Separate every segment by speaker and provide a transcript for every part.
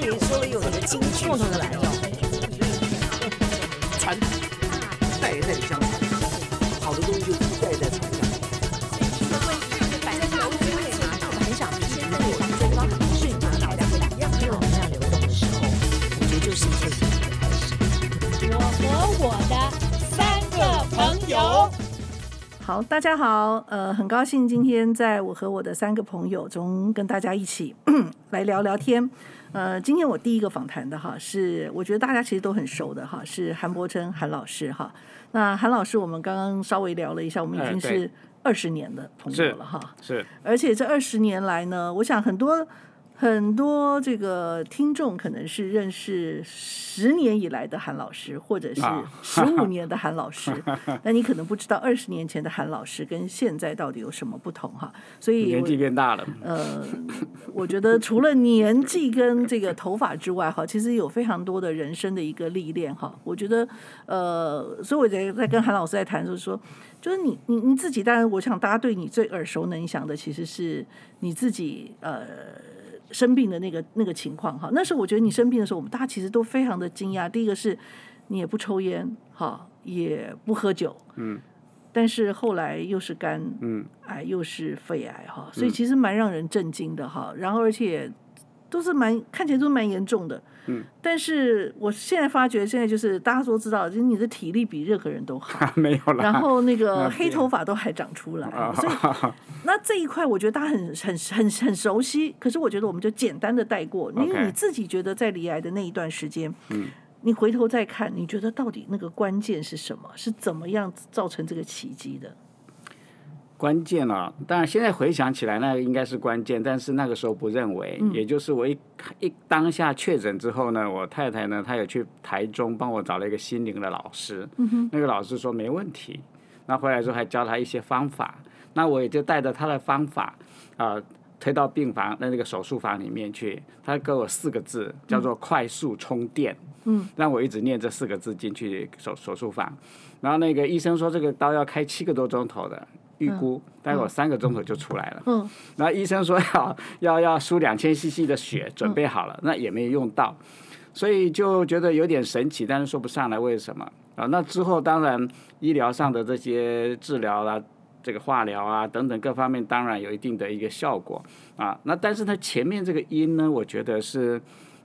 Speaker 1: 比如说有这个京剧
Speaker 2: 共同的来源
Speaker 3: 传统代代相传，好的东西就是代代传下来。
Speaker 2: 很少一直对当中高考顺应大家不一样，因为我们这样流动的时候，我觉得就是一件事情开始。
Speaker 4: 我和我的三个朋友。
Speaker 5: 好，大家好，呃，很高兴今天在我和我的三个朋友中跟大家一起 来聊聊天。呃，今天我第一个访谈的哈是，我觉得大家其实都很熟的哈，是韩伯琛韩老师哈。那韩老师，我们刚刚稍微聊了一下，我们已经
Speaker 6: 哎对
Speaker 5: 是二十年的朋
Speaker 6: 是
Speaker 5: 友了哈。
Speaker 6: 是
Speaker 5: 而且这二十年来呢，我想很多很多这个听众可能是认识十年以来的韩老师，或者是
Speaker 6: 啊
Speaker 5: 十五年的韩老师，那你可能不知道二十年前的韩老师跟现在到底有什么不同哈。所以
Speaker 6: 年
Speaker 5: 我
Speaker 6: 纪变大了，
Speaker 5: 呃，我觉得除了年纪跟这个头发之外，哈，其实有非常多的人生的一个历练，哈。我觉得，呃，所以我在在跟韩老师在谈，就是说，就是你你你自己，当然，我想大家对你最耳熟能详的，其实是你自己呃生病的那个那个情况，哈。那时候我觉得你生病的时候，我们大家其实都非常的惊讶。第一个是你也不抽烟，哈，也不喝酒，
Speaker 6: 嗯
Speaker 5: 但是后来又是肝
Speaker 6: 嗯，
Speaker 5: 癌又是肺癌哈，所以其实蛮让人震惊的哈。然后而且都是蛮看起来都蛮严重的，
Speaker 6: 嗯。
Speaker 5: 但是我现在发觉，现在就是大家都知道，就是你的体力比任何人都 好，
Speaker 6: 啊没有了。
Speaker 5: 然后那个
Speaker 6: 啊
Speaker 5: 黑头发都还长出来，
Speaker 6: 啊，
Speaker 5: 所以
Speaker 6: 哈哈
Speaker 5: 那这一块我觉得大家很很很很熟悉，可是我觉得我们就简单的带过，因为
Speaker 6: OK
Speaker 5: 你自己觉得在离癌的那一段时间，
Speaker 6: 嗯
Speaker 5: 你回头再看，你觉得到底那个关键是什么？是怎么样造成这个奇迹的？
Speaker 6: 关键啊，当然现在回想起来，那应该是关键，但是那个时候不认为，也就是我一一当下确诊之后呢，我太太呢，她有去台中帮我找了一个心灵的老师，那个老师说没问题，那回来之后还教她一些方法，那我也就带着她的方法啊、推到病房那那个手术房里面去，她给我四个字叫做快速充电，嗯，让我一直念这四个字进去手手术房，然后那个医生说这个刀要开七个多钟头的。预估大概我三个钟头就出来了，
Speaker 5: 嗯，
Speaker 6: 然后医生说要要要输两千 CC 的血，准备好了，那也没用到，所以就觉得有点神奇，但是说不上来为什么啊。那之后当然医疗上的这些治疗啦、这个化疗啊等等各方面，当然有一定的一个效果啊。那但是它前面这个因呢，我觉得是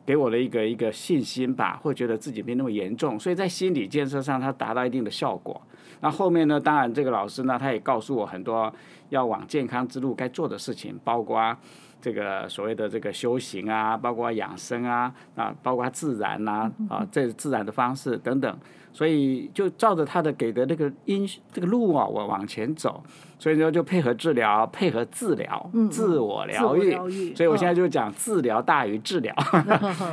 Speaker 6: 给我的一个一个信心吧，会觉得自己没那么严重，所以在心理建设上它达到一定的效果。那后面呢，当然这个老师呢，他也告诉我很多要往健康之路该做的事情，包括。这个所谓的这个修行啊，包括养生啊，啊，包括自然呐、啊，这自然的方式等等，所以就照着他的给的那个因这个路啊，我往前走，所以说就配合治疗，配合治疗，
Speaker 5: 嗯嗯
Speaker 6: 自我
Speaker 5: 自我
Speaker 6: 疗愈，
Speaker 5: 疗愈
Speaker 6: 所以我现在
Speaker 5: 嗯
Speaker 6: 就讲治疗大于治 疗，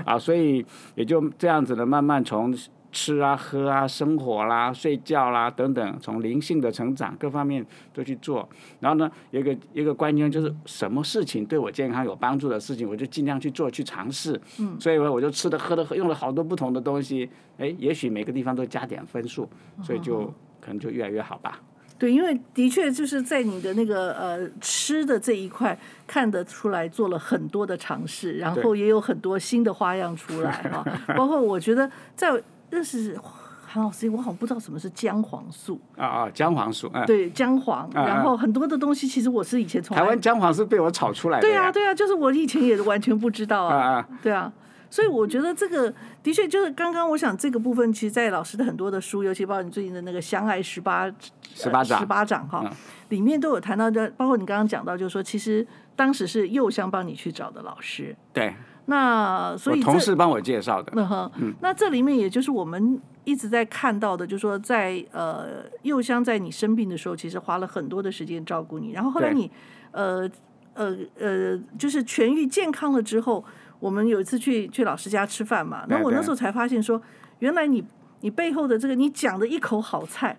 Speaker 6: 啊，所以也就这样子的，慢慢从吃啊、喝啊、生活啦、睡觉啦等等，从灵性的成长各方面都去做。然后呢，有一个有一个关键就是什么事情对我健康有帮助的事情，我就尽量去做去尝试。嗯，所以我就吃的、喝的、用了好多不同的东西，哎，也许每个地方都加点分数，
Speaker 5: 嗯
Speaker 6: 所以就可能就越来越好吧。
Speaker 5: 对，因为的确就是在你的那个呃吃的这一块看得出来做了很多的尝试，然后也有很多新的花样出来 哈、包括我觉得在认识韩老师，我好像不知道什么是姜黄素，
Speaker 6: 啊啊，姜黄素，嗯，
Speaker 5: 对姜黄，
Speaker 6: 嗯
Speaker 5: 然后很多的东西其实我是以前从来
Speaker 6: 台湾姜黄是被我炒出来的
Speaker 5: 对
Speaker 6: 呀。
Speaker 5: 啊对啊，就是我以前也完全不知道
Speaker 6: 啊啊，
Speaker 5: 对啊，所以我觉得这个的确就是刚刚我想这个部分，其实，在老师的很多的书，尤其包括你最近的那个《相爱十八
Speaker 6: 十八掌
Speaker 5: 十八掌》哈
Speaker 6: 嗯，
Speaker 5: 里面都有谈到的，包括你刚刚讲到，就是说其实当时是佑香帮你去找的老师，
Speaker 6: 对，
Speaker 5: 那所
Speaker 6: 我
Speaker 5: 以
Speaker 6: 同
Speaker 5: 这
Speaker 6: 事帮我介绍的。嗯
Speaker 5: 那哈，嗯那这里面也就是我们一直在看到的，就是说在呃佑香在你生病的时候，其实花了很多的时间照顾你，然后后来
Speaker 6: 对
Speaker 5: 你呃呃呃，就是痊愈健康了之后，我们有一次去去老师家吃饭嘛，那
Speaker 6: 对
Speaker 5: 我那
Speaker 6: 对
Speaker 5: 时候才发现说，原来你。你背后的这个，你讲的一口好 菜，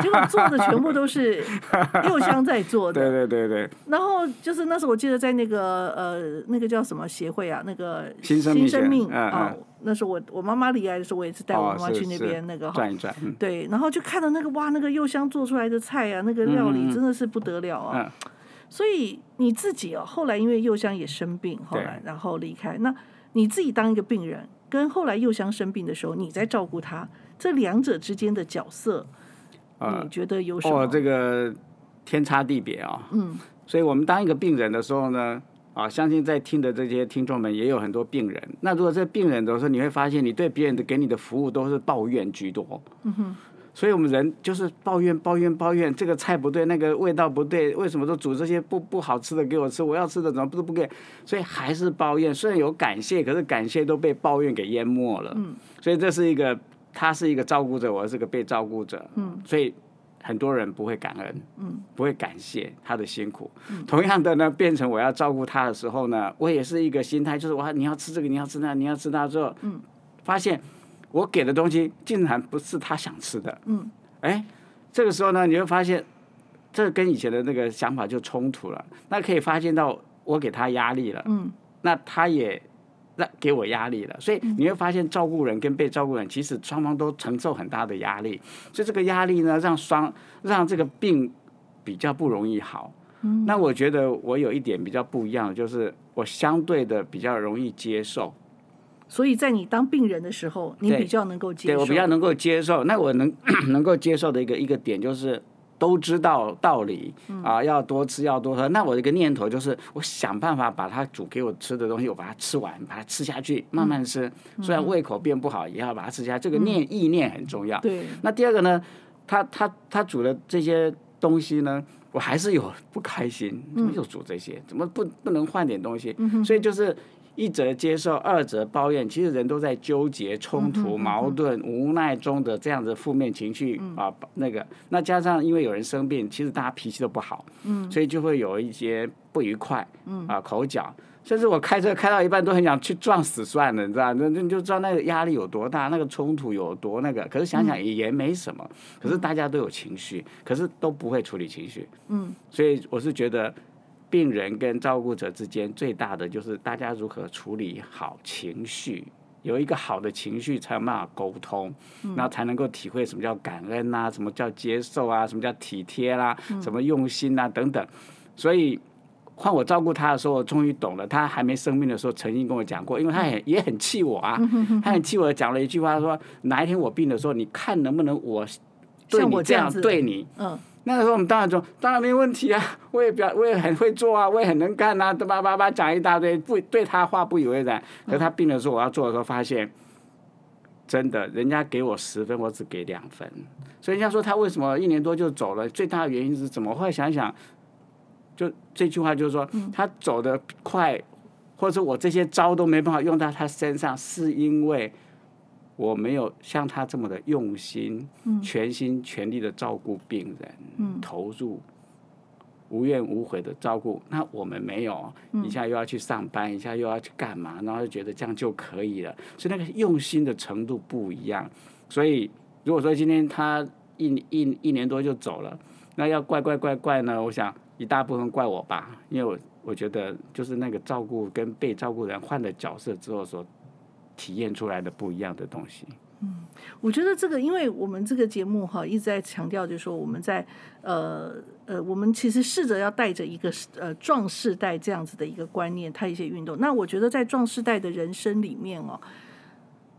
Speaker 5: 结果做的全部都是佑香在做的。
Speaker 6: 对对对对，
Speaker 5: 然后就是那时候我记得在那个呃那个叫什么协会啊，那个
Speaker 6: 新生命
Speaker 5: 新生命
Speaker 6: 协嗯
Speaker 5: 啊、
Speaker 6: 嗯
Speaker 5: 那时候我我妈妈离开的时候，我也是带我
Speaker 6: 哦
Speaker 5: 妈妈
Speaker 6: 是
Speaker 5: 去那
Speaker 6: 是
Speaker 5: 边那个哈
Speaker 6: 转一转，嗯
Speaker 5: 对，然后就看到那个哇，那个柚香做出来的菜啊，那个料理
Speaker 6: 嗯嗯嗯
Speaker 5: 真的是不得了啊！
Speaker 6: 嗯
Speaker 5: 所以你自己哦，后来因为佑香也生病，后来
Speaker 6: 对
Speaker 5: 然后离开，那你自己当一个病人，跟后来佑香生病的时候，你在照顾他，这两者之间的角色，
Speaker 6: 呃
Speaker 5: 你觉得有什么？
Speaker 6: 哦，这个天差地别啊、
Speaker 5: 嗯，
Speaker 6: 所以我们当一个病人的时候呢，啊，相信在听的这些听众们也有很多病人。那如果这病人的时候，你会发现你对别人的给你的服务都是抱怨居多。嗯哼。所以我们人就是抱怨抱怨抱怨，这个菜不对，那个味道不对，为什么都煮这些不不好吃的给我吃？我要吃的怎么都不给？所以还是抱怨。虽然有感谢，可是感谢都被抱怨给淹没了。嗯。所以这是一个，他是一个照顾者，我是个被照顾者。嗯。所以很多人不会感恩。
Speaker 5: 嗯
Speaker 6: 不会感谢他的辛苦。同样的呢，变成我要照顾他的时候呢，我也是一个心态，就是我你要吃这个，你要吃那，你要吃那之后，嗯，发现我给的东西竟然不是他想吃的，
Speaker 5: 嗯，
Speaker 6: 哎，这个时候呢，你会发现这跟以前的那个想法就冲突了。那可以发现到我给他压力了，
Speaker 5: 嗯，
Speaker 6: 那他也。那给我压力了，所以你会发现照顾人跟被照顾人，其实双方都承受很大的压力，所以这个压力呢，让双让这个病比较不容易好。
Speaker 5: 嗯
Speaker 6: 那我觉得我有一点比较不一样，就是我相对的比较容易接受，
Speaker 5: 所以在你当病人的时候，你
Speaker 6: 对
Speaker 5: 比较能够接
Speaker 6: 对
Speaker 5: 受，
Speaker 6: 我比较能够接受。那我能 能够接受的一个一个点就是。都知道道理
Speaker 5: 嗯
Speaker 6: 啊，要多吃要多喝。那我的一个念头就是，我想办法把它煮给我吃的东西，我把它吃完，把它吃下去，慢慢
Speaker 5: 嗯
Speaker 6: 吃。虽然胃口变不好，也要把它吃下。这个念意念很重要。
Speaker 5: 对，
Speaker 6: 那第二个呢，他他他煮的这些东西呢，我还是有不开心，怎么又煮这些？怎么不不能换点东西？所以就是一则接受，二则抱怨，其实人都在纠结、冲突、矛盾、无奈中的这样的负面情绪啊，那个那加上因为有人生病，其实大家脾气都不好，所以就会有一些不愉快，啊，口角。甚至我开车开到一半都很想去撞死算了，你知道？ 那那你就知道那个压力有多大，那个冲突有多那个。可是想想也也没什么，可是大家都有情绪，可是都不会处理情绪。
Speaker 5: 嗯，
Speaker 6: 所以我是觉得，病人跟照顾者之间最大的就是大家如何处理好情绪，有一个好的情绪才有办法沟通，
Speaker 5: 嗯
Speaker 6: 然后才能够体会什么叫感恩啊，什么叫接受啊，什么叫体贴啦、
Speaker 5: 嗯
Speaker 6: 什么用心啊等等。所以换我照顾他的时候，我终于懂了。他还没生病的时候，曾经跟我讲过，因为他
Speaker 5: 嗯
Speaker 6: 也也很气 我啊，他很气我，讲了一句话说：哪一天我病的时候，你看能不能我对
Speaker 5: 像
Speaker 6: 你
Speaker 5: 我
Speaker 6: 这
Speaker 5: 这样
Speaker 6: 样
Speaker 5: 子
Speaker 6: 对你。
Speaker 5: 嗯，
Speaker 6: 那时候我们当然说，当然没问题啊，我也表我也很会做啊，我也很能干啊，叭叭叭讲一大堆，不对他话不以为然。可是他病的时候，我要做的时候，发现真的，人家给我十分，我只给两分。所以人家说他为什么一年多就走了，最大的原因是什么？后来想想，就这句话就是说，他走得快，或者我这些招都没办法用到他身上，是因为我没有像他这么的用心，全心全力的照顾病人，
Speaker 5: 嗯
Speaker 6: 投入。无怨无悔的照顾，那我们没有，啊
Speaker 5: 嗯
Speaker 6: 一下又要去上班，一下又要去干嘛，然后就觉得这样就可以了，所以那个用心的程度不一样。所以如果说今天他一一一年多就走了，那要怪怪怪怪呢？我想一大部分怪我吧，因为我我觉得就是那个照顾跟被照顾人换了角色之后所体验出来的不一样的东西。
Speaker 5: 我觉得这个，因为我们这个节目哈一直在强调，就是说我们在呃呃，我们其实试着要带着一个呃壮世代这样子的一个观念，它一些运动。那我觉得在壮世代的人生里面哦，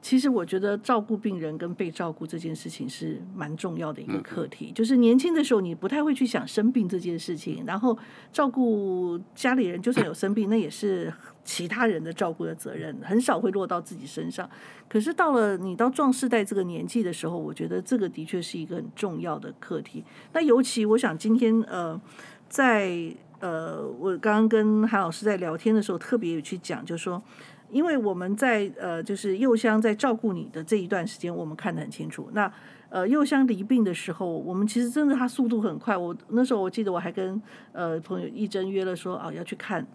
Speaker 5: 其实我觉得照顾病人跟被照顾这件事情是蛮重要的一个课题。就是年轻的时候，你不太会去想生病这件事情，然后照顾家里人，就算有生病，那也是其他人的照顾的责任，很少会落到自己身上。可是到了你到壮世代这个年纪的时候，我觉得这个的确是一个很重要的课题。那尤其我想今天呃，在呃我刚刚跟韩老师在聊天的时候，特别有去讲，就是说。因为我们在呃，就是幼香在照顾你的这一段时间，我们看得很清楚。那呃，幼香离病的时候，我们其实真的她速度很快。我那时候我记得我还跟呃朋友一真约了说啊要去看，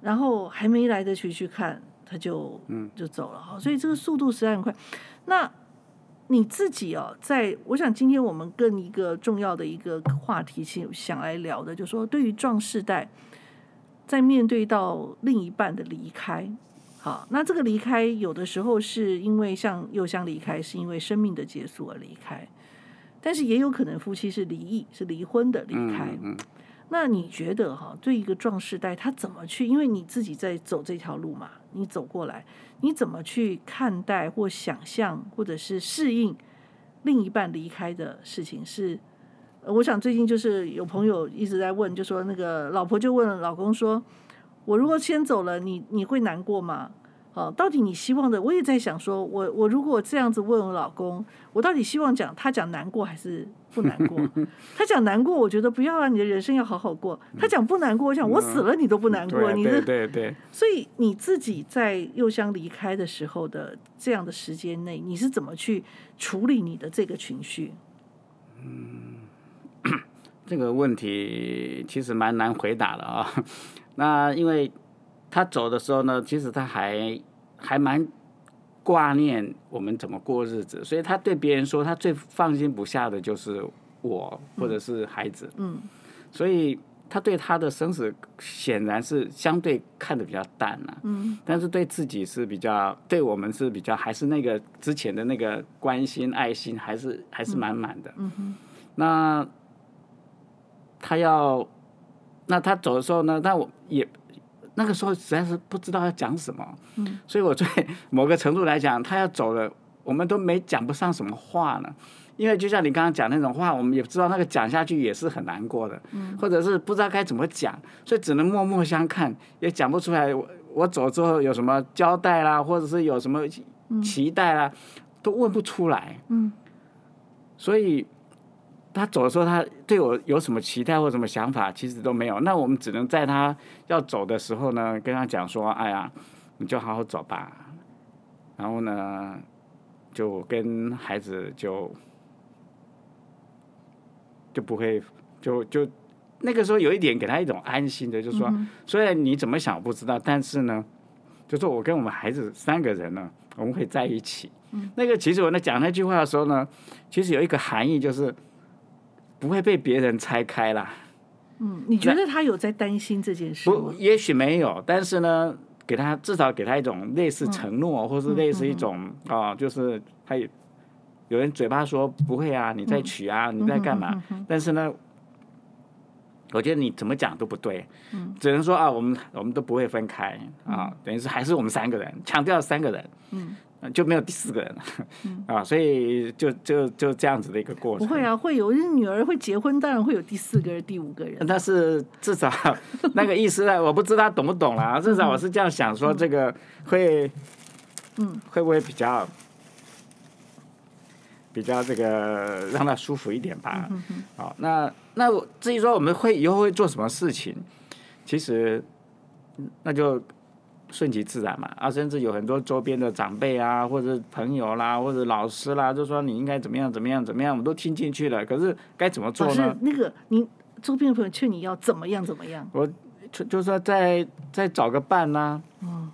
Speaker 5: 然后还没来得及去看，他就嗯就走了哈，所以这个速度实在很快。那你自己哦，在我想今天我们更一个重要的一个话题，其实想来聊的，就是说对于壮世代，在面对到另一半的离开，好，那这个离开有的时候是因为像幼香离开，是因为生命的结束而离开，但是也有可能夫妻是离异，是离婚的离开。
Speaker 6: 嗯，
Speaker 5: 那你觉得哈，对一个壮世代，他怎么去？因为你自己在走这条路嘛，你走过来，你怎么去看待或想象，或者是适应另一半离开的事情？是，呃我想最近就是有朋友一直在问，就说那个老婆就问老公说：“我如果先走了，你你会难过吗？”哦，到底你希望的？我也在想说，我我如果这样子问我老公，我到底希望讲他讲难过还是不难 过？他讲难过，我觉得不要啊，你的人生要好好过。他讲不难过，我想我死了你都不难过，
Speaker 6: 嗯对啊
Speaker 5: 你
Speaker 6: 对
Speaker 5: 这
Speaker 6: 对对，
Speaker 5: 所以你自己在幼香离开的时候的这样的时间内，你是怎么去处理你的这个情绪？
Speaker 6: 这个问题其实蛮难回答的啊、 那因为他走的时候呢，其实他还还蛮挂念我们怎么过日子，所以他对别人说他最放心不下的就是我或者是孩子，
Speaker 5: 嗯，
Speaker 6: 所以他对他的生死显然是相对看得比较淡啊了、
Speaker 5: 嗯，
Speaker 6: 但是对自己是比较，对我们是比较，还是那个之前的那个关心爱心，还是还是满满的。
Speaker 5: 嗯哼，
Speaker 6: 那他要，那他走的时候呢，那我也那个时候实在是不知道要讲什么，
Speaker 5: 嗯、
Speaker 6: 所以我对某个程度来讲，他要走了，我们都没讲不上什么话呢。因为就像你刚刚讲那种话，我们也知道那个讲下去也是很难过的，嗯、或者是不知道该怎么讲，所以只能默默相看，也讲不出来我。我走之后有什么交代啦，或者是有什么期待啦，都问不出来。
Speaker 5: 嗯，
Speaker 6: 所以他走的时候，他对我有什么期待或什么想法，其实都没有。那我们只能在他要走的时候呢，跟他讲说：“哎呀，你就好好走吧。”然后呢，就跟孩子就就不会就就那个时候有一点给他一种安心的，就说、虽然你怎么想我不知道，但是呢，就说我跟我们孩子三个人呢，我们会在一起。那个其实我在讲那句话的时候呢，其实有一个含义就是不会被别人拆开啦。
Speaker 5: 嗯，你觉得他有在担心这件事
Speaker 6: 不
Speaker 5: 吗，？
Speaker 6: 也许没有，但是呢，给他至少给他一种类似
Speaker 5: 嗯
Speaker 6: 承诺，或是类似一种啊、就是他也有人嘴巴说不会啊，你
Speaker 5: 嗯
Speaker 6: 在娶啊，你在干嘛？但是呢，我觉得你怎么讲都不对，
Speaker 5: 嗯
Speaker 6: 只能说啊，我们我们都不会分开啊，等于是还是我们三个人，强调三个人，嗯，就没有第四个人了、啊，所以就就就这样子的一个过
Speaker 5: 嗯不
Speaker 6: 程。
Speaker 5: 会啊，会有，因为女儿会结婚，当然会有第四个人、第五个人。
Speaker 6: 但是至少那个意思呢，我不知他懂不懂啦。至少我是这样想，说这个会，
Speaker 5: 嗯，
Speaker 6: 会不会比较比较这个让他舒服一点吧？好，那那我至于说我们会以后会做什么事情，其实嗯那就顺其自然嘛。啊，甚至有很多周边的长辈啊，或者朋友啦，或者老师啦，就说你应该怎么样怎么样怎么样，我们都听进去了。可是该怎么做
Speaker 5: 老
Speaker 6: 呢
Speaker 5: 师？，那个你周边的朋友劝你要怎么样怎么样，
Speaker 6: 我就就说再再找个伴呐、
Speaker 5: 嗯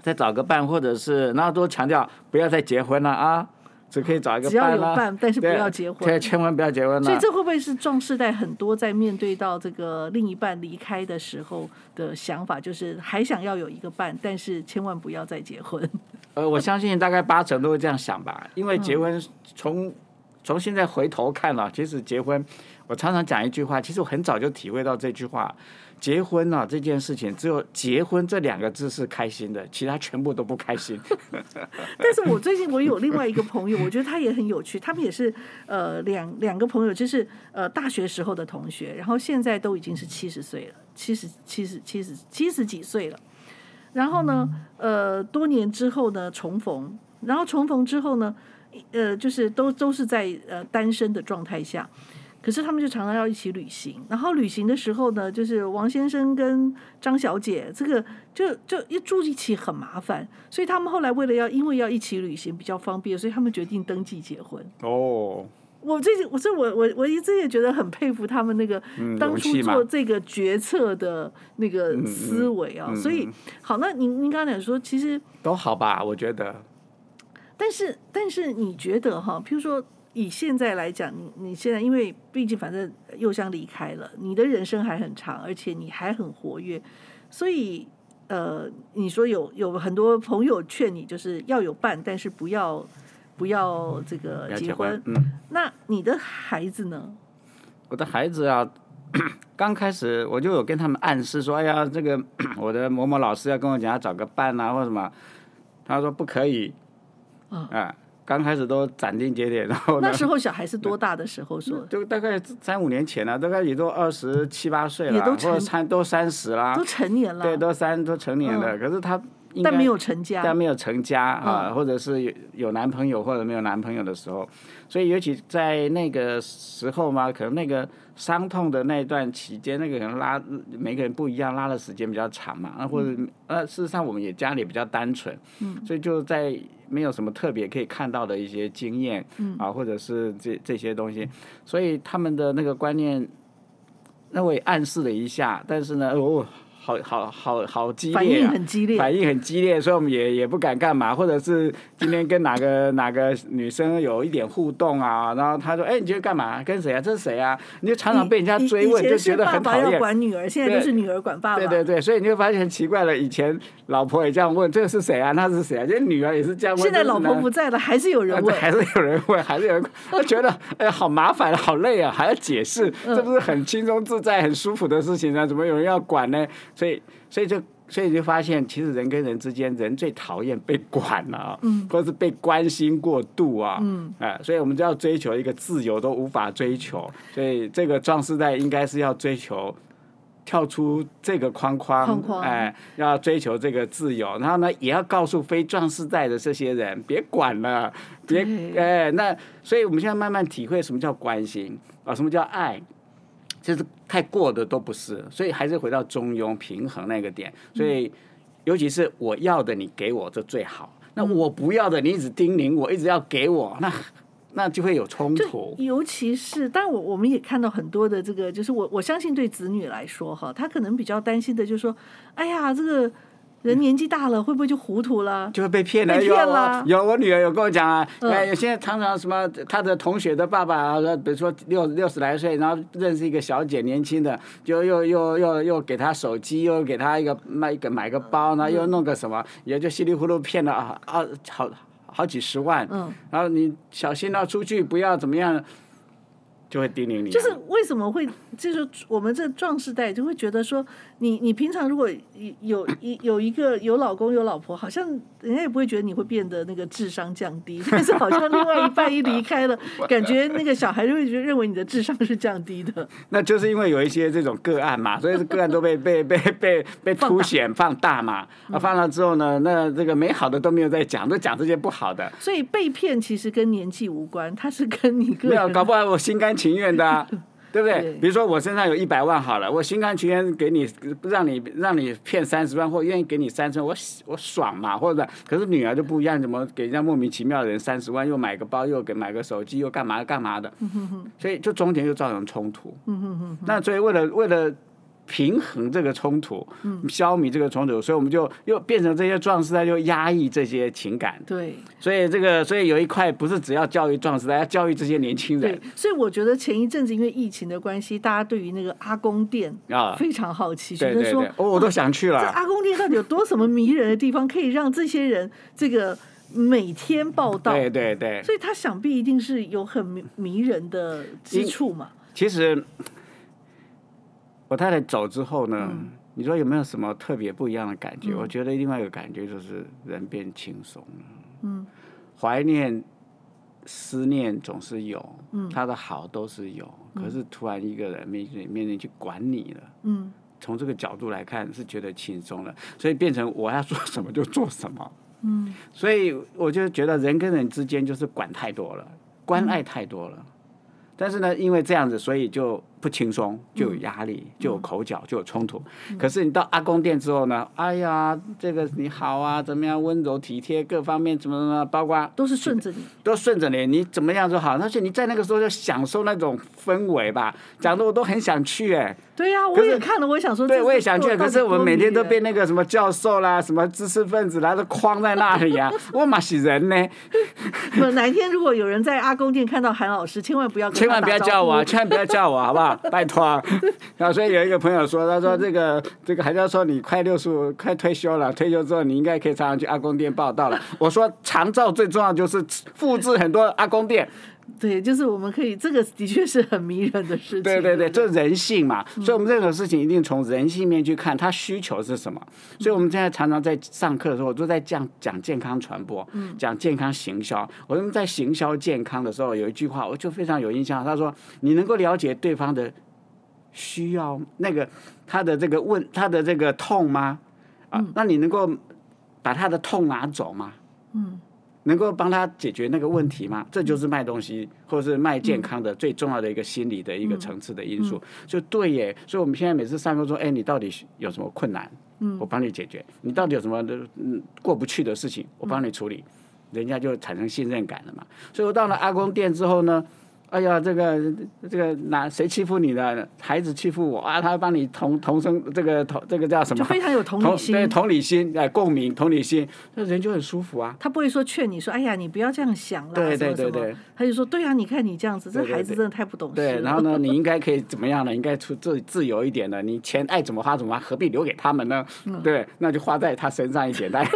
Speaker 6: 再找个伴，或者是那都强调不要再结婚了啊，只可以找一个
Speaker 5: 只要
Speaker 6: 伴
Speaker 5: 有
Speaker 6: 啦、
Speaker 5: 伴，但是不
Speaker 6: 对
Speaker 5: 要结婚
Speaker 6: 对，。千万不要结婚
Speaker 5: 所以
Speaker 6: 了。
Speaker 5: 这会不会是壮世代很多在面对到这个另一半离开的时候的想法，就是还想要有一个伴，但是千万不要再结婚。
Speaker 6: 呃，我相信大概八成都会这样想吧，因为结婚从、从现在回头看了，其实结婚，我常常讲一句话，其实我很早就体会到这句话，结婚啊这件事情，只有结婚这两个字是开心的，其他全部都不 开心。
Speaker 5: 但是我最近我有另外一个朋友，我觉得他也很有趣，他们也是呃两两个朋友，就是呃大学时候的同学，然后现在都已经是七十岁了，七十七十七十七十几岁了。然后呢，呃，多年之后呢重逢，然后重逢之后呢，呃，就是都都是在呃单身的状态下。可是他们就常常要一起旅行，然后旅行的时候呢，就是王先生跟张小姐这个就就一住一起很麻烦，所以他们后来为了要因为要一起旅行比较方便，所以他们决定登记结婚。
Speaker 6: 哦，
Speaker 5: 我最近，我所以我我我一直也觉得很佩服他们那个
Speaker 6: 嗯
Speaker 5: 当
Speaker 6: 勇
Speaker 5: 初
Speaker 6: 气嘛
Speaker 5: 做这个决策的那个
Speaker 6: 嗯
Speaker 5: 思维啊。
Speaker 6: 嗯
Speaker 5: 所以
Speaker 6: 嗯
Speaker 5: 好，那您您刚才讲说，其实
Speaker 6: 都好吧，我觉得。
Speaker 5: 但是，但是你觉得哈，譬如说以现在来讲，你你现在因为毕竟反正又香离开了，你的人生还很长，而且你还很活跃，所以呃，你说有有很多朋友劝你就是要有伴，但是不要不要这个
Speaker 6: 嗯不要
Speaker 5: 结
Speaker 6: 结婚
Speaker 5: 婚。
Speaker 6: 嗯，
Speaker 5: 那你的孩子呢？
Speaker 6: 我的孩子啊，刚开始我就有跟他们暗示说，哎呀，这个我的某某老师要跟我讲要找个伴啊，或者什么，他说不可以，
Speaker 5: 嗯
Speaker 6: 啊、刚开始都斩钉截铁，然后呢
Speaker 5: 那，时候小孩是多大的时候说？
Speaker 6: 就大概三五年前了、大概也都二十七八岁
Speaker 5: 也
Speaker 6: 了，
Speaker 5: 都
Speaker 6: 或者
Speaker 5: 成
Speaker 6: 三都三十啦
Speaker 5: 都，成年了，嗯
Speaker 6: 对，都三都成年了，可是他应该
Speaker 5: 但没有成家。嗯
Speaker 6: 但没有成家啊，或者是有有男朋友或者没有男朋友的时候，所以尤其在那个时候嘛，可能那个伤痛的那一段期间，那个可能拉每个人不一样，拉的时间比较长嘛，那或者
Speaker 5: 嗯
Speaker 6: 呃，事实上我们也家里比较单纯，嗯，所以就在没有什么特别可以看到的一些经验，嗯啊，或者是这这些东西，所以他们的那个观念，那我也暗示了一下，但是呢，哦。好好好好激烈、啊，
Speaker 5: 反应很激烈，
Speaker 6: 反应很激烈，所以我们也也不敢干嘛，或者是今天跟哪个哪个女生有一点互动啊，然后她说：“哎、你觉得干嘛？跟谁啊？这是谁啊？”你就常常被人家
Speaker 5: 以以
Speaker 6: 追问，
Speaker 5: 以
Speaker 6: 就
Speaker 5: 前
Speaker 6: 觉
Speaker 5: 是
Speaker 6: 得
Speaker 5: 爸
Speaker 6: 很讨
Speaker 5: 爸要
Speaker 6: 厌。
Speaker 5: 管女儿，现在
Speaker 6: 对
Speaker 5: 就是女儿管爸爸。
Speaker 6: 对对对，所以你就发现很奇怪了。以前老婆也这样问，这个是谁啊？那是谁啊？这女儿也是这样问。
Speaker 5: 现在
Speaker 6: 这是
Speaker 5: 老婆
Speaker 6: 男啊
Speaker 5: 不在了，还是有人问。
Speaker 6: 哎还是有人问， 还是 有人问，他觉得哎呀好麻烦，好累啊，还要解释，
Speaker 5: 嗯
Speaker 6: 这不是很轻松自在、很舒服的事情啊呢？怎么有人要管呢？所以，所以就。所以就发现，其实人跟人之间，人最讨厌被管了、啊，嗯，或是被关心过度啊，嗯，哎、所以我们就要追求一个自由，都无法追求，所以这个壮士代应该是要追求跳出这个框框，
Speaker 5: 框框
Speaker 6: 哎、要追求这个自由，然后呢，也要告诉非壮士代的这些人，别管了，别
Speaker 5: 对
Speaker 6: 哎，那所以我们现在慢慢体会什么叫关心啊，什么叫爱，其实太过的都不是，所以还是回到中庸平衡那个点，所以尤其是我要的你给我这最好，那我不要的你一直叮咛我，一直要给我，那那就会有冲
Speaker 5: 就
Speaker 6: 突，
Speaker 5: 尤其是，但我我们也看到很多的这个，就是我我相信对子女来说哈，他可能比较担心的就是说，哎呀，这个人年纪大了，会不会就糊涂了？
Speaker 6: 嗯就会被骗了。
Speaker 5: 被
Speaker 6: 有
Speaker 5: 骗
Speaker 6: 我
Speaker 5: 了
Speaker 6: 有我女儿有跟我讲啊，
Speaker 5: 嗯
Speaker 6: 哎、现在常常什么她的同学的爸爸啊，比如说六六十来岁，然后认识一个小姐年轻的，就又又又又给她手机，又给她一个卖一个买个包，
Speaker 5: 嗯
Speaker 6: 然后又弄个什么，也就稀里糊涂骗了啊啊好好几十万，
Speaker 5: 嗯，
Speaker 6: 然后你小心到出去不要怎么样，就会叮咛你啊、
Speaker 5: 就是为什么会，就是我们这壮士代就会觉得说，你你平常如果有有一有一个有老公有老婆，好像人家也不会觉得你会变得那个智商降低，但是好像另外一半一离开 了，感觉那个小孩就会觉得认为你的智商是降低的。
Speaker 6: 那就是因为有一些这种个案 嘛，所以个案都被被被被被凸显放大嘛。啊，放大之后呢，那这个美好的都没有在讲，都讲这些不好的。
Speaker 5: 所以被骗其实跟年纪无关，它是跟你个
Speaker 6: 没有，
Speaker 5: 人。
Speaker 6: 搞不好我心甘情愿 的、啊，对不对？
Speaker 5: 对
Speaker 6: 比如说我身上有一百万好了，我心甘情愿给你，让你让你骗三十万，或愿意给你三十万，我喜我爽嘛，或者可是女儿就不一样，怎么给人家莫名其妙的人三十万，又买个包，又给买个手机，又干嘛干嘛的，
Speaker 5: 嗯
Speaker 6: 所以就中间就造成冲突。那所以为了为了。平衡这个冲突，
Speaker 5: 嗯
Speaker 6: 消弭这个冲突，所以我们就又变成这些壮士，他就压抑这些情感，
Speaker 5: 对
Speaker 6: 所以这个，所以有一块不是只要教育壮士，还要教育这些年轻人
Speaker 5: 对，所以我觉得前一阵子因为疫情的关系，大家对于那个阿公店
Speaker 6: 啊。
Speaker 5: 非常好奇，觉
Speaker 6: 对
Speaker 5: 得
Speaker 6: 对
Speaker 5: 说
Speaker 6: 对，哦，我都想去
Speaker 5: 这
Speaker 6: 了。
Speaker 5: 阿公店到底有多什么迷人的地方，可以让这些人这个每天报道？
Speaker 6: 对对对，
Speaker 5: 所以他想必一定是有很迷迷人的之处嘛。
Speaker 6: 其实我太太走之后呢，
Speaker 5: 嗯
Speaker 6: 你说有没有什么特别不一样的感觉？我觉得另外一个感觉就是人变轻松了。嗯，怀念、思念总是有，嗯，他的好都是有，可是突然一个人面对面对去管你了，
Speaker 5: 嗯，
Speaker 6: 从这个角度来看是觉得轻松了，所以变成我要做什么就做什么。嗯， 所以我就觉得人跟人之间就是管太多了，关爱太多了。但是呢，因为这样子，所以就不轻松，就有压力，就有口角，就有冲突。可是你到阿公店之后呢，哎呀，这个你好啊，怎么样，温柔体贴，各方面怎么怎么，包括
Speaker 5: 都是顺着你，
Speaker 6: 都顺着你，你怎么样就好。而且你在那个时候就享受那种氛围吧，讲的我都很想去哎、
Speaker 5: 对呀、
Speaker 6: 可
Speaker 5: 我
Speaker 6: 是
Speaker 5: 也看了，我也想说，
Speaker 6: 对，
Speaker 5: 这
Speaker 6: 我也想去，
Speaker 5: 到
Speaker 6: 可
Speaker 5: 底
Speaker 6: 是我们
Speaker 5: 多
Speaker 6: 每天
Speaker 5: 迷
Speaker 6: 都
Speaker 5: 人
Speaker 6: 被那个什么教授啦、什么知识分子啦，都框在那里啊。我嘛是人呢，
Speaker 5: 不哪一天如果有人在阿公店看到韩老师，千万不要跟
Speaker 6: 千
Speaker 5: 他
Speaker 6: 万
Speaker 5: 打
Speaker 6: 不要
Speaker 5: 招
Speaker 6: 叫我啊，
Speaker 5: 呼
Speaker 6: 千万不要叫我，好不好？拜托啊。然后所以有一个朋友说，他说这个这个韩教授，你快六十五，快退休了，退休之后你应该可以常常去阿公店报道了。我说长照最重要就是复制很多阿公店，
Speaker 5: 对，就是我们可以，这个的确是很迷人的事情。啊
Speaker 6: 对对
Speaker 5: 对
Speaker 6: 对，
Speaker 5: 嗯不
Speaker 6: 这人性嘛，所以我们任何事情一定从人性面去看，他需求是什么。
Speaker 5: 嗯
Speaker 6: 所以我们现在常常在上课的时候，我都在讲讲健康传播，
Speaker 5: 嗯
Speaker 6: 讲健康行销。我们在行销健康的时候，有一句话我就非常有印象，他说：“你能够了解对方的需要，那个他的这个问他的这个痛吗？啊，
Speaker 5: 嗯
Speaker 6: 那你能够把他的痛拿走吗？”
Speaker 5: 嗯
Speaker 6: 能够帮他解决那个问题吗？这就是卖东西或者是卖健康的最重要的一个心理的一个层次的因
Speaker 5: 嗯
Speaker 6: 素。就对耶，所以我们现在每次上课说，哎，你到底有什么困难？
Speaker 5: 嗯
Speaker 6: 我帮你解决。你到底有什么嗯过不去的事情，我帮你处理。人家就产生信任感了嘛。所以我到了阿公店之后呢，哎呀，这个这个哪谁欺负你了？孩子欺负我啊，他帮你同同生这个同这个叫什
Speaker 5: 就
Speaker 6: 么？
Speaker 5: 非常有同理心
Speaker 6: 对同理心哎，共鸣同理心，那人就很舒服啊。
Speaker 5: 他不会说劝你说，哎呀，你不要这样想啦，
Speaker 6: 对对
Speaker 5: 什么
Speaker 6: 对
Speaker 5: 什
Speaker 6: 对
Speaker 5: 么，他就说，对啊，你看你这样子，这
Speaker 6: 对对
Speaker 5: 孩子
Speaker 6: 对
Speaker 5: 真的太不懂事了。
Speaker 6: 对，然后呢，你应该可以怎么样呢？应该出自自由一点的，你钱爱怎么花怎么花，何必留给他们呢？
Speaker 5: 嗯
Speaker 6: 对，那就花在他身上一点。 但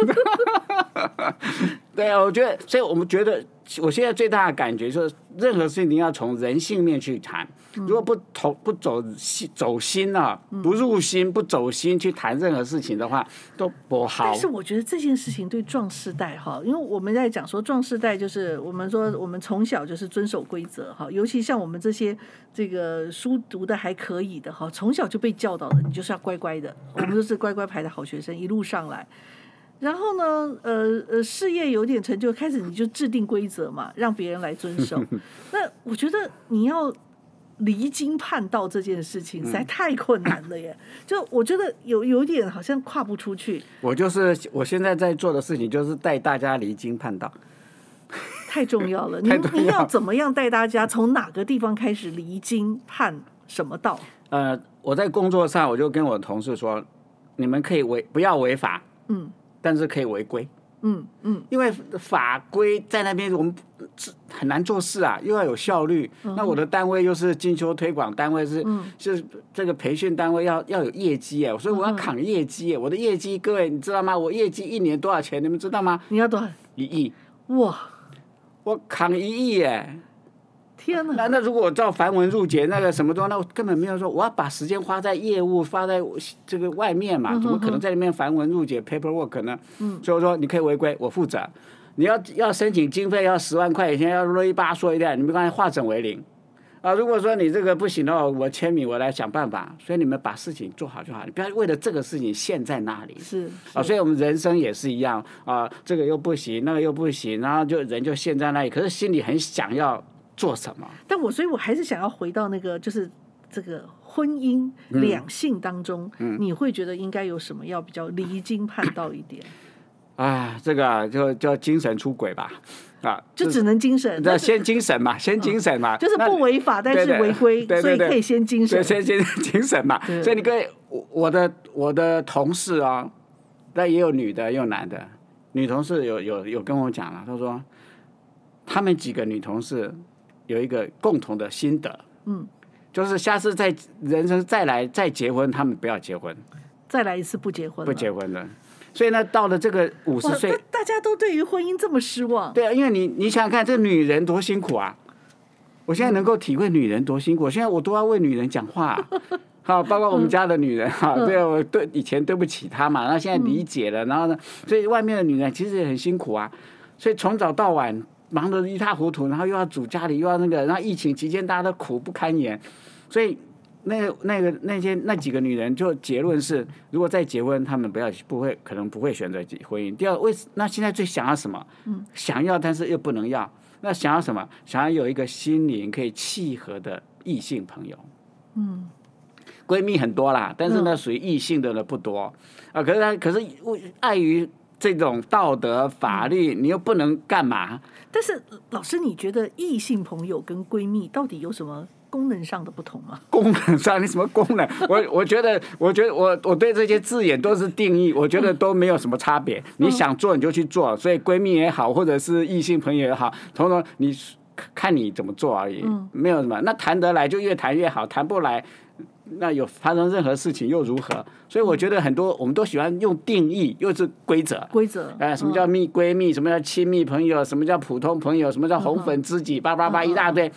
Speaker 6: 对啊，我觉得，所以我们觉得，我现在最大的感觉就是，任何事情要从人性面去谈。
Speaker 5: 嗯
Speaker 6: 如果不投不走心走心啊，不入心不走心去谈任何事情的话，都不好
Speaker 5: 但。是我觉得这件事情对壮世代哈，因为我们在讲说壮世代就是我们说我们从小就是遵守规则哈，尤其像我们这些这个书读的还可以的哈，从小就被教导的，你就是要乖乖的，我们都是乖乖牌的好学生，一路上来。然后呢，呃呃，事业有点成就，开始你就制定规则嘛，让别人来遵守。那我觉得你要离经叛道这件事情实在太困难了耶，就我觉得有有点好像跨不出去。
Speaker 6: 我就是我现在在做的事情，就是带大家离经叛道。
Speaker 5: 太重要 了。您
Speaker 6: 太重要
Speaker 5: 您要怎么样带大家从哪个地方开始离经叛什么道？
Speaker 6: 呃，我在工作上我就跟我同事说，你们可以违不要违法，
Speaker 5: 嗯
Speaker 6: 但是可以违规，
Speaker 5: 嗯嗯，
Speaker 6: 因为法规在那边我们是很难做事啊，又要有效率。那我的单位又是进修推广单位是，是这个培训单位要要有业绩哎，所以我要扛业绩哎，我的业绩各位你知道吗？我业绩一年多少钱？你们知道吗？
Speaker 5: 你要多少？
Speaker 6: 一亿，
Speaker 5: 哇，
Speaker 6: 我扛一亿哎。
Speaker 5: 天
Speaker 6: 那
Speaker 5: 哪！
Speaker 6: 那如果照繁文缛节那个什么东西，那我根本没有说我要把时间花在业务，花在这个外面嘛，怎么可能在里面繁文缛节 paperwork 呢？嗯，所以我说你可以违规，我负责。你要要申请经费要十万块钱，要啰里吧嗦一点，你们刚才化整为零。啊，如果说你这个不行的话，我签名，我来想办法。所以你们把事情做好就好，你不要为了这个事情陷在那里。
Speaker 5: 是
Speaker 6: 啊，所以我们人生也是一样啊、这个又不行，那个又不行，然后就人就陷在那里，可是心里很想要做什么。
Speaker 5: 但我所以，我还是想要回到那个，就是这个婚姻
Speaker 6: 嗯
Speaker 5: 两性当中，你会觉得应该有什么要比较离经叛道一点？
Speaker 6: 啊，这个啊就叫精神出轨吧，啊，
Speaker 5: 就只能精神，
Speaker 6: 那
Speaker 5: 但
Speaker 6: 先精神嘛，先精神嘛，
Speaker 5: 就是
Speaker 6: 那
Speaker 5: 不违法，但
Speaker 6: 对
Speaker 5: 是
Speaker 6: 对
Speaker 5: 违规，
Speaker 6: 对对
Speaker 5: 所以
Speaker 6: 对
Speaker 5: 可以先精
Speaker 6: 对
Speaker 5: 神。
Speaker 6: 先先精神嘛
Speaker 5: 对。
Speaker 6: 所以你跟我我的我的同事啊、那也有女的，也有男的，女同事有有有跟我讲了，啊她说他们几个女同事有一个共同的心得，
Speaker 5: 嗯，
Speaker 6: 就是下次再人生再来再结婚，他们不要结婚，
Speaker 5: 再来一次不结婚了，
Speaker 6: 不结婚了。所以呢，到了这个五十
Speaker 5: 哇！
Speaker 6: 岁
Speaker 5: 大，大家都对于婚姻这么失望，
Speaker 6: 对啊，因为你你想想看，这女人多辛苦啊！我现在能够体会女人多辛苦，现在我都要为女人讲话、啊好，包括我们家的女人哈、 对啊，我对以前对不起她嘛，那现在理解了，然后呢，所以外面的女人其实也很辛苦啊，所以从早到晚忙得一塌糊涂，然后又要煮家里，又要那个，然后疫情期间大家都苦不堪言，所以那个那个那些那几个女人就结论是，如果再结婚，她们不要不会可能不会选择结婚姻。第二，为那现在最想要什么？想要但是又不能要。那想要什么？想要有一个心灵可以契合的异性朋友。嗯，闺蜜很多啦，但是呢，属于异性的呢不多啊。可是她可是为碍于这种道德法律，你又不能干嘛？
Speaker 5: 但是老师，你觉得异性朋友跟闺蜜到底有什么功能上的不同吗？
Speaker 6: 功能上，你什么功能？我我觉得，我觉得我我对这些字眼都是定义，我觉得都没有什么差别。你想做你就去做，所以闺蜜也好，或者是异性朋友也好，统统你看你怎么做而已，没有什么。那谈得来就越谈越好，谈不来那有发生任何事情又如何？所以我觉得很多我们都喜欢用定义，又是规则。
Speaker 5: 规则。
Speaker 6: 哎，什
Speaker 5: 嗯
Speaker 6: 么叫密闺蜜？什么叫亲密朋友？什么叫普通朋友？什么叫红粉知己？叭
Speaker 5: 嗯
Speaker 6: 叭叭一大堆。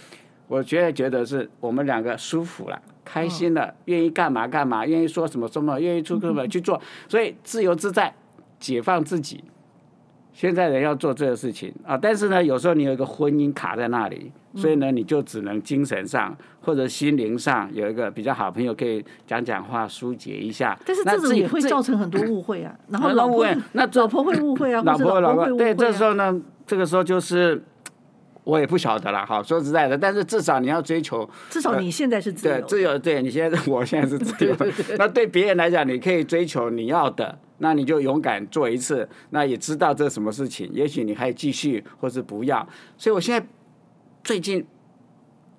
Speaker 6: 我觉得觉得是我们两个舒服了，开心了，愿意干嘛干嘛，愿意说什么说什么，愿意出什么去做，所以自由自在，解放自己。现在人要做这个事情啊，但是呢，有时候你有一个婚姻卡在那里，
Speaker 5: 嗯
Speaker 6: 所以呢，你就只能精神上或者心灵上有一个比较好朋友可以讲讲话，疏解一下。
Speaker 5: 但是
Speaker 6: 那
Speaker 5: 这种
Speaker 6: 自己
Speaker 5: 也会
Speaker 6: 自己
Speaker 5: 造成很多误会啊，然后
Speaker 6: 很
Speaker 5: 老
Speaker 6: 多误
Speaker 5: 婆
Speaker 6: 会那
Speaker 5: 老婆会误会啊，
Speaker 6: 老
Speaker 5: 或者
Speaker 6: 婆老
Speaker 5: 公
Speaker 6: 婆
Speaker 5: 会误会
Speaker 6: 对，
Speaker 5: 啊。
Speaker 6: 这时候呢，这个时候就是我也不晓得了哈。说实在的，但是至少你要追求
Speaker 5: 至少你现在是自由
Speaker 6: 对
Speaker 5: 的，
Speaker 6: 自由，对你现在我现在是自由。 那对别人来讲，你可以追求你要的，那你就勇敢做一次，那也知道这什么事情，也许你还继续，或是不要。所以我现在最近。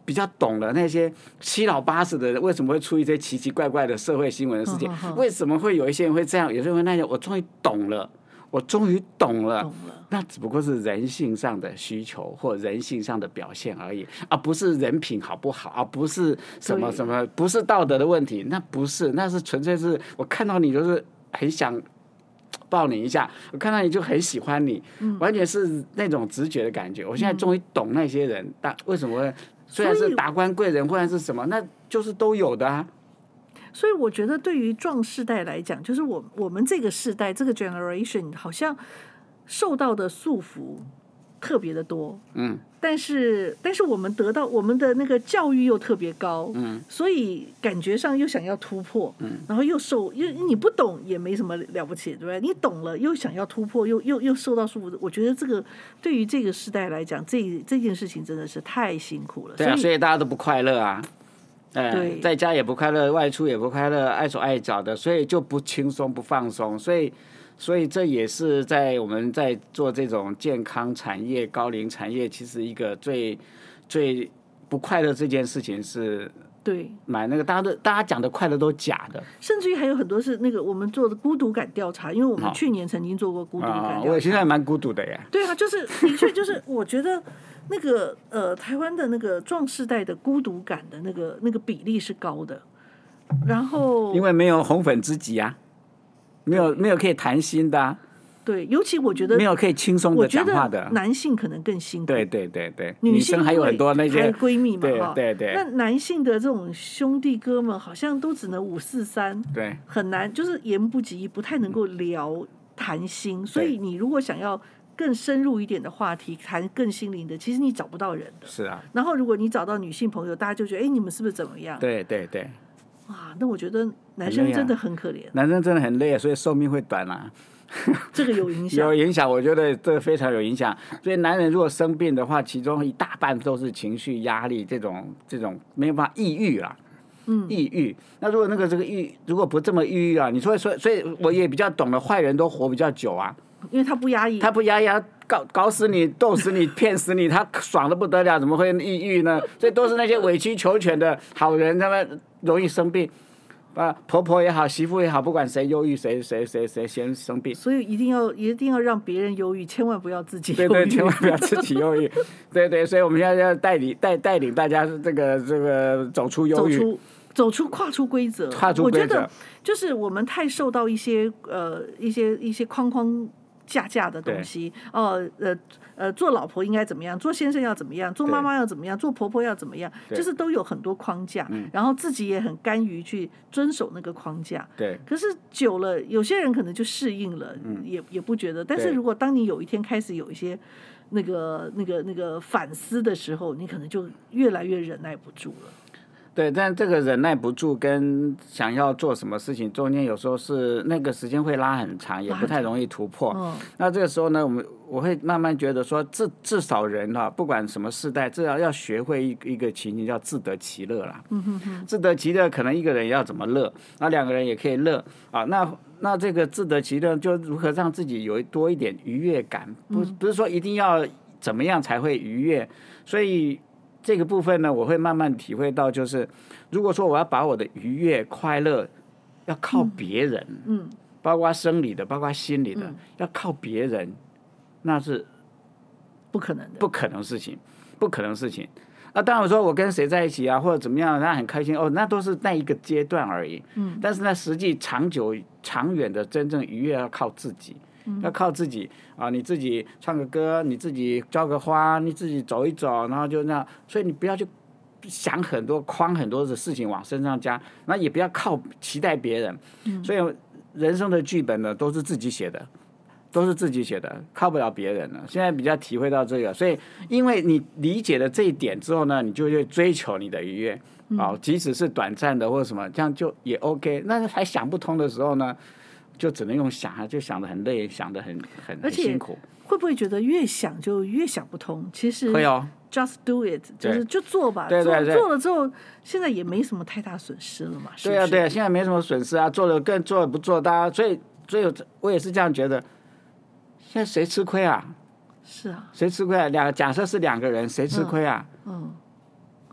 Speaker 6: 比较懂了那些七老八十的人为什么会出一些奇奇怪怪的社会新闻的事情
Speaker 5: 哼哼，哼
Speaker 6: 为什么会有一些人会这样，有些人会那样，我终于懂了，我终于懂了，
Speaker 5: 懂了
Speaker 6: 那只不过是人性上的需求或人性上的表现而已，而、不是人品好不好，而、啊不是什么
Speaker 5: 对
Speaker 6: 什么，不是道德的问题，那不是，那是纯粹是我看到你就是很想抱你一下，我看到你就很喜欢你，
Speaker 5: 嗯
Speaker 6: 完全是那种直觉的感觉。我现在终于懂那些人，大为什么会虽然
Speaker 5: 嗯所以
Speaker 6: 是达官贵人或者是什么，那就是都有的啊。
Speaker 5: 所以我觉得对于壮世代来讲，就是我我们这个世代这个 generation 好像受到的束缚特别的多，
Speaker 6: 嗯，
Speaker 5: 但是但是我们得到我们的那个教育又特别高，嗯，所以感觉上又想要突破，嗯，然后又受又你不懂也没什么了不起，对不对？你懂了又想要突破，又又又受到束缚，我觉得这个对于这个时代来讲，这这件事情真的是太辛苦了，
Speaker 6: 对啊，
Speaker 5: 所
Speaker 6: 所以大家都不快乐啊。哎、
Speaker 5: 对
Speaker 6: 在家也不快乐，外出也不快乐，碍手碍脚的，所以就不轻松不放松，所以，所以这也是在我们在做这种健康产业、高龄产业，其实一个最最不快乐这件事情是
Speaker 5: 对。
Speaker 6: 买那个，大家都大家讲的快乐都假的
Speaker 5: 甚至于还有很多是那个我们做的孤独感调查，因为我们
Speaker 6: 好
Speaker 5: 去年曾经做过孤独
Speaker 6: 啊、
Speaker 5: 感
Speaker 6: 我
Speaker 5: 调查。
Speaker 6: 现在蛮孤独的耶。
Speaker 5: 对啊，就是 的确就是，我觉得那个呃，台湾的那个壮世代的孤独感的那个那个比例是高的。然后
Speaker 6: 因，为没有红粉知己啊，没有没有可以谈心的、啊，
Speaker 5: 对，尤其我觉得
Speaker 6: 没，有可以轻松
Speaker 5: 我
Speaker 6: 的
Speaker 5: 觉
Speaker 6: 讲话的啊
Speaker 5: 得，男性可能更辛苦。
Speaker 6: 对对对对，
Speaker 5: 女性
Speaker 6: 生还有
Speaker 5: 会
Speaker 6: 很多那
Speaker 5: 还有
Speaker 6: 些
Speaker 5: 闺蜜嘛，
Speaker 6: 对
Speaker 5: 哈
Speaker 6: 对对
Speaker 5: 那男性的这种兄弟哥们，好像都只能五四三，
Speaker 6: 对
Speaker 5: 很难，就是言不及义，不太能够聊谈心。所以你如果想要更深入一点的话题，谈更心灵的，其实你找不到人的。
Speaker 6: 是啊，
Speaker 5: 然后如果你找到女性朋友，大家就觉得，哎，你们是不是怎么样？
Speaker 6: 对对对，
Speaker 5: 哇，那我觉得男
Speaker 6: 很
Speaker 5: 生
Speaker 6: 累啊
Speaker 5: 真的很可怜，
Speaker 6: 男生真的很累，所以寿命会短啊，
Speaker 5: 这个有影响
Speaker 6: 有。影响，我觉得这非常有影响。所以男人如果生病的话，其中一大半都是情绪压力这种这种没有办法抑郁啊。嗯，抑郁。那如果那个这个抑，如果不这么抑郁啊，你说所以所以我也比较懂了，坏人都活比较久啊。
Speaker 5: 因为他不压抑，
Speaker 6: 他不压压搞搞死你、逗死你、 骗死你，他爽的不得了，怎么会抑郁呢？所以都是那些委曲求全的好人，他们容易生病。啊，婆婆也好，媳妇也好，不管谁忧郁，谁谁谁谁先生病，
Speaker 5: 所以一定要一定要让别人忧郁，千万不要自己忧
Speaker 6: 对
Speaker 5: 郁。
Speaker 6: 对，千万不要自己忧郁。对对，所以我们现在要带领带带领大家这个这个走出忧
Speaker 5: 走
Speaker 6: 郁。
Speaker 5: 出走出跨出规则，
Speaker 6: 跨出
Speaker 5: 我
Speaker 6: 规
Speaker 5: 觉得
Speaker 6: 则
Speaker 5: 就是我们太受到一些呃一些一些框框。架架的东西，哦，呃呃，做老婆应该怎么样？做先生要怎么样？做妈妈要怎么样？做婆婆要怎么样？
Speaker 6: 对嗯
Speaker 5: 就是都有很多框架，然后自己也很甘于去遵守那个框架。
Speaker 6: 对
Speaker 5: 可是久了，有些人可能就适应了，也也不觉得。但是
Speaker 6: 嗯对
Speaker 5: 如果当你有一天开始有一些那个那个那个反思的时候，你可能就越来越忍耐不住了。
Speaker 6: 对，但这个忍耐不住跟想要做什么事情中间，有时候是那个时间会拉很长，也
Speaker 5: 拉
Speaker 6: 不太
Speaker 5: 很
Speaker 6: 容易突破。
Speaker 5: 嗯，
Speaker 6: 那这个时候呢，我们我会慢慢觉得说，至至少人哈、不管什么世代，至少要学会一一个情形叫自得其乐啦。嗯哼哼。自得其乐，可能一个人要怎么乐，那两个人也可以乐啊。那那这个自得其乐，就如何让自己有多一点愉悦感，不不是说一定要怎么样才会愉悦，所以。这个部分呢，我会慢慢体会到，就是如果说我要把我的愉悦、快乐，要靠别人，
Speaker 5: 嗯，
Speaker 6: 包括生理的，包括心理的，
Speaker 5: 嗯
Speaker 6: 要靠别人，那是
Speaker 5: 不可能的。
Speaker 6: 不可能事情，不可能事情。那当然我说我跟谁在一起啊，或者怎么样，那很开心哦，那都是那一个阶段而已。嗯，但是呢，实际长久、长远的真正愉悦要靠自己。要靠自己啊！你自己唱个歌，你自己浇个花，你自己走一走，然后就那样，所以你不要去想很多、框很多的事情往身上加，那也不要靠期待别人。
Speaker 5: 嗯
Speaker 6: 所以人生的剧本呢，都是自己写的，都是自己写的，靠不了别人了。现在比较体会到这个，所以因为你理解了这一点之后呢，你就会追求你的愉悦。
Speaker 5: 嗯
Speaker 6: 啊，即使是短暂的或者什么，这样就也 OK。那还想不通的时候呢，就只能用想啊，就想的很累，想的很很
Speaker 5: 而
Speaker 6: 很
Speaker 5: 且
Speaker 6: 辛苦。
Speaker 5: 会不会觉得越想就越想不通？其实
Speaker 6: 会哦，
Speaker 5: just do it，就是就做吧，
Speaker 6: 对对对
Speaker 5: 做做了之后，现在也没什么太大损失了嘛，是不
Speaker 6: 对
Speaker 5: 是？
Speaker 6: 啊，对啊，现在没什么损失啊，做了更做了不做，大家所以所以我也是这样觉得。现在谁吃亏啊？
Speaker 5: 是啊，
Speaker 6: 谁吃亏啊？两假设是两个人，谁吃亏啊？
Speaker 5: 嗯，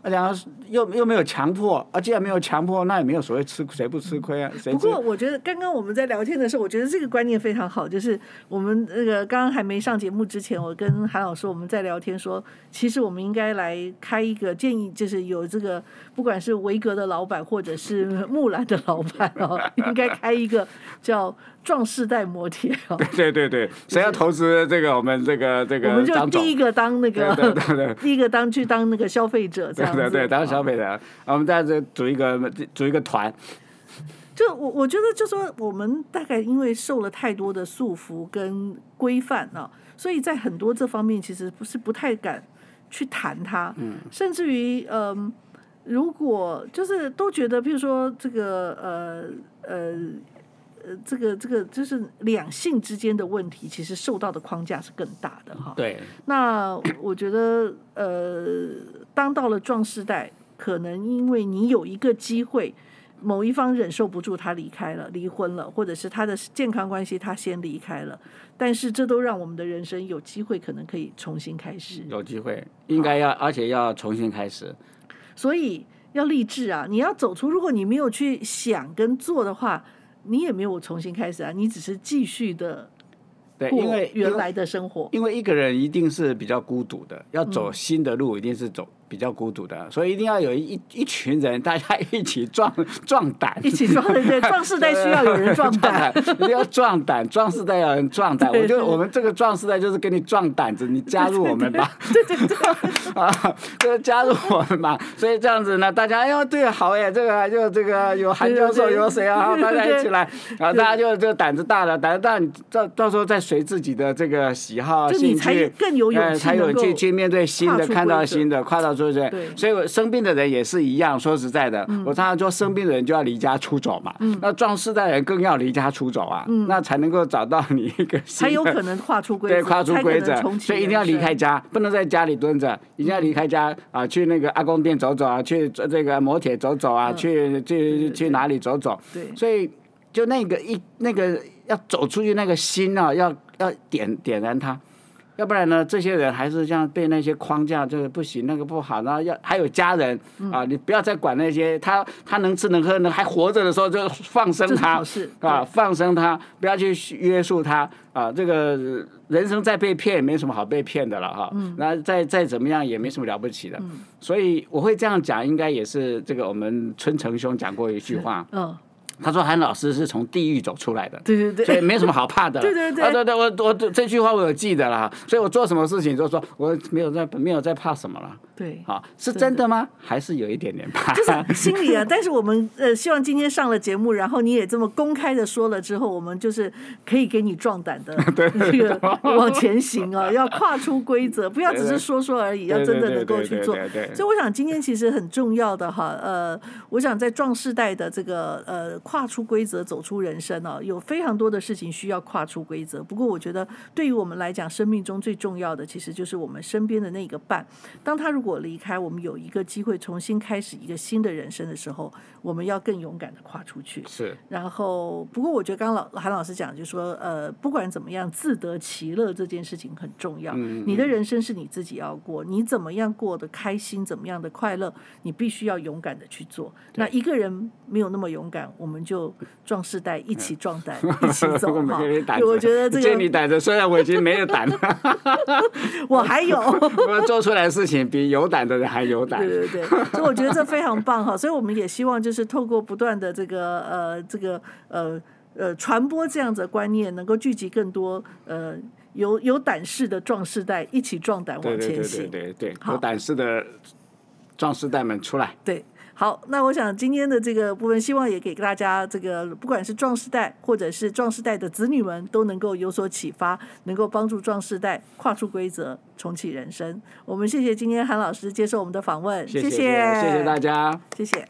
Speaker 6: 啊两个又又没有强迫啊，既然没有强迫，那也没有所谓吃谁不吃亏啊，谁
Speaker 5: 嗯不
Speaker 6: 吃
Speaker 5: 过我觉得刚刚我们在聊天的时候，我觉得这个观念非常好，就是我们那个刚刚还没上节目之前，我跟韩老师我们在聊天说，其实我们应该来开一个建议，就是有这个不管是维格的老板或者是木兰的老板哦， 应该开一个叫壮士代摩铁哦，
Speaker 6: 对对对，谁要投资这个我们这个这
Speaker 5: 我们
Speaker 6: 个
Speaker 5: 就
Speaker 6: 张总
Speaker 5: 第？一个当那个
Speaker 6: 对对对
Speaker 5: 第一个当去当那个消费者这
Speaker 6: 对
Speaker 5: 样子，
Speaker 6: 对对，当小
Speaker 5: 啊
Speaker 6: 美人，我们在这组一个组一个团，
Speaker 5: 就我我觉得，就说我们大概因为受了太多的束缚跟规范啊，所以在很多这方面其实不是不太敢去谈它，嗯、甚至于嗯、如果就是都觉得，譬如说这个呃呃呃，这个这个就是两性之间的问题，其实受到的框架是更大的哈。
Speaker 6: 对
Speaker 5: 那我觉得，呃，当到了壮士代，可能因为你有一个机会，某一方忍受不住，他离开了，离婚了，或者是他的健康关系他先离开了，但是这都让我们的人生有机会，可能可以重新开始。
Speaker 6: 有机会应该要，而且要重新开始。
Speaker 5: 所以要励志啊！你要走出，如果你没有去想跟做的话，你也没有重新开始啊，你只是继续的
Speaker 6: 对，
Speaker 5: 过
Speaker 6: 因为
Speaker 5: 原来的生活。
Speaker 6: 因为一个人一定是比较孤独的，要
Speaker 5: 嗯
Speaker 6: 走新的路一定是走比较孤独的，所以一定要有一一一群人，大家一起壮壮胆。
Speaker 5: 一起壮对对，壮士代需要有人壮胆，
Speaker 6: 一定要壮胆，壮士代要有人壮胆。
Speaker 5: 对
Speaker 6: 我觉得
Speaker 5: 对
Speaker 6: 我们这个壮士代就是给你壮胆子，你加入我们吧。
Speaker 5: 对对对。
Speaker 6: 啊，就是加入我们嘛。所以这样子呢，大家哎呦，对，好哎，这个就这个有韩教授，
Speaker 5: 对对对
Speaker 6: 有谁啊，
Speaker 5: 对对
Speaker 6: 大家一起
Speaker 5: 对
Speaker 6: 来，啊，大家就就胆子大了，胆子大，你到到时候再随自己的这个喜好、
Speaker 5: 就你
Speaker 6: 兴
Speaker 5: 才
Speaker 6: 趣，
Speaker 5: 更有勇
Speaker 6: 呃
Speaker 5: 气
Speaker 6: 才有
Speaker 5: 能够
Speaker 6: 去去面对新
Speaker 5: 跨
Speaker 6: 的，
Speaker 5: 出
Speaker 6: 看到
Speaker 5: 规则
Speaker 6: 新的，跨到出去
Speaker 5: 对。嗯
Speaker 6: 所以我生病的人也是一样，说实在的，我常常说生病的人就要离家出走嘛，那壮士代人更要离家出走啊，那才能够找到你一个
Speaker 5: 嗯
Speaker 6: 新
Speaker 5: 才
Speaker 6: 的
Speaker 5: 有可能跨出规则，
Speaker 6: 对，跨出
Speaker 5: 才可
Speaker 6: 规
Speaker 5: 能
Speaker 6: 则
Speaker 5: 重，启
Speaker 6: 所以一定
Speaker 5: 人
Speaker 6: 要离
Speaker 5: 生嗯
Speaker 6: 开。家，不能在家里蹲着，一定要离开家啊，去那个阿公店走走啊，去这这个摩铁走走啊，
Speaker 5: 嗯
Speaker 6: 去
Speaker 5: 对
Speaker 6: 去
Speaker 5: 对
Speaker 6: 去哪里走走。
Speaker 5: 对
Speaker 6: 所以就那个一那个要走出去那个心啊，要要点点燃它。要不然呢？这些人还是像被那些框架，这个不行，那个不好，然后要还有家人、
Speaker 5: 嗯
Speaker 6: 啊，你不要再管那些他他能吃能喝能还活着的时候就放生
Speaker 5: 这是
Speaker 6: 他
Speaker 5: 好事
Speaker 6: 啊，
Speaker 5: 对
Speaker 6: 放生他，不要去约束他啊。这个呃人生再被骗也没什么好被骗的了哈。
Speaker 5: 嗯
Speaker 6: 那再再怎么样也没什么了不起的。所以我会这样讲，应该也是这个我们春成兄讲过一句话，
Speaker 5: 嗯，
Speaker 6: 他说韩老师是从地狱走出来的。
Speaker 5: 对对
Speaker 6: 所以
Speaker 5: 对，
Speaker 6: 没什么好怕的 了。
Speaker 5: 对对对
Speaker 6: 啊对对，我我这句话我有记得啦，所以我做什么事情就说我没有在没有在怕什么了。
Speaker 5: 对。
Speaker 6: 好，是真的吗？还是有一点点怕？
Speaker 5: 就是心里啊，但是我们呃，希望今天上了节目，然后你也这么公开的说了之后，我们就是可以给你壮胆 的这个往前行啊，要跨出规则，不要只是说说而已，要
Speaker 6: 对
Speaker 5: 真的
Speaker 6: 对
Speaker 5: 能够
Speaker 6: 对
Speaker 5: 去
Speaker 6: 对
Speaker 5: 做
Speaker 6: 对。对
Speaker 5: 所以我想今天其实很重要的哈，呃，我想在壮世代的这个呃跨出规则走出人生哦、有非常多的事情需要跨出规则。不过我觉得对于我们来讲，生命中最重要的其实就是我们身边的那个伴。当他如果离开，我们有一个机会重新开始一个新的人生的时候，我们要更勇敢的跨出去。
Speaker 6: 是
Speaker 5: 然后，不过我觉得刚刚老韩老师讲，就说呃，不管怎么样，自得其乐这件事情很重要。
Speaker 6: 嗯
Speaker 5: 你的人生是你自己要过，你怎么样过得开心，怎么样的快乐，你必须要勇敢的去做。那一个人没有那么勇敢，我们们就壮士代一起 壮胆，一起走
Speaker 6: 我每
Speaker 5: 哈
Speaker 6: 个人胆。子，
Speaker 5: 对我觉得 这
Speaker 6: 借你
Speaker 5: 个
Speaker 6: 胆子，虽然我已经没有胆了，
Speaker 5: 我还有，
Speaker 6: 我做出来的事情比有胆的人还有胆。
Speaker 5: 对对对， 所以我觉得这非常棒哈，所以我们也希望就是透过不断的这个呃这个呃呃传播这样子的观念，能够聚集更多呃有有胆识的壮士代一起壮胆
Speaker 6: 对
Speaker 5: 往
Speaker 6: 对
Speaker 5: 前
Speaker 6: 对
Speaker 5: 行。
Speaker 6: 对对对，
Speaker 5: 好
Speaker 6: 有胆识的壮士代们出来，
Speaker 5: 对，好，那我想今天的这个部分，希望也给大家这个，不管是壮士代或者是壮士代的子女们，都能够有所启发，能够帮助壮士代跨出规则，重启人生。我们谢谢今天韩老师接受我们的访问，
Speaker 6: 谢
Speaker 5: 谢
Speaker 6: 谢谢谢大家。
Speaker 5: 谢谢。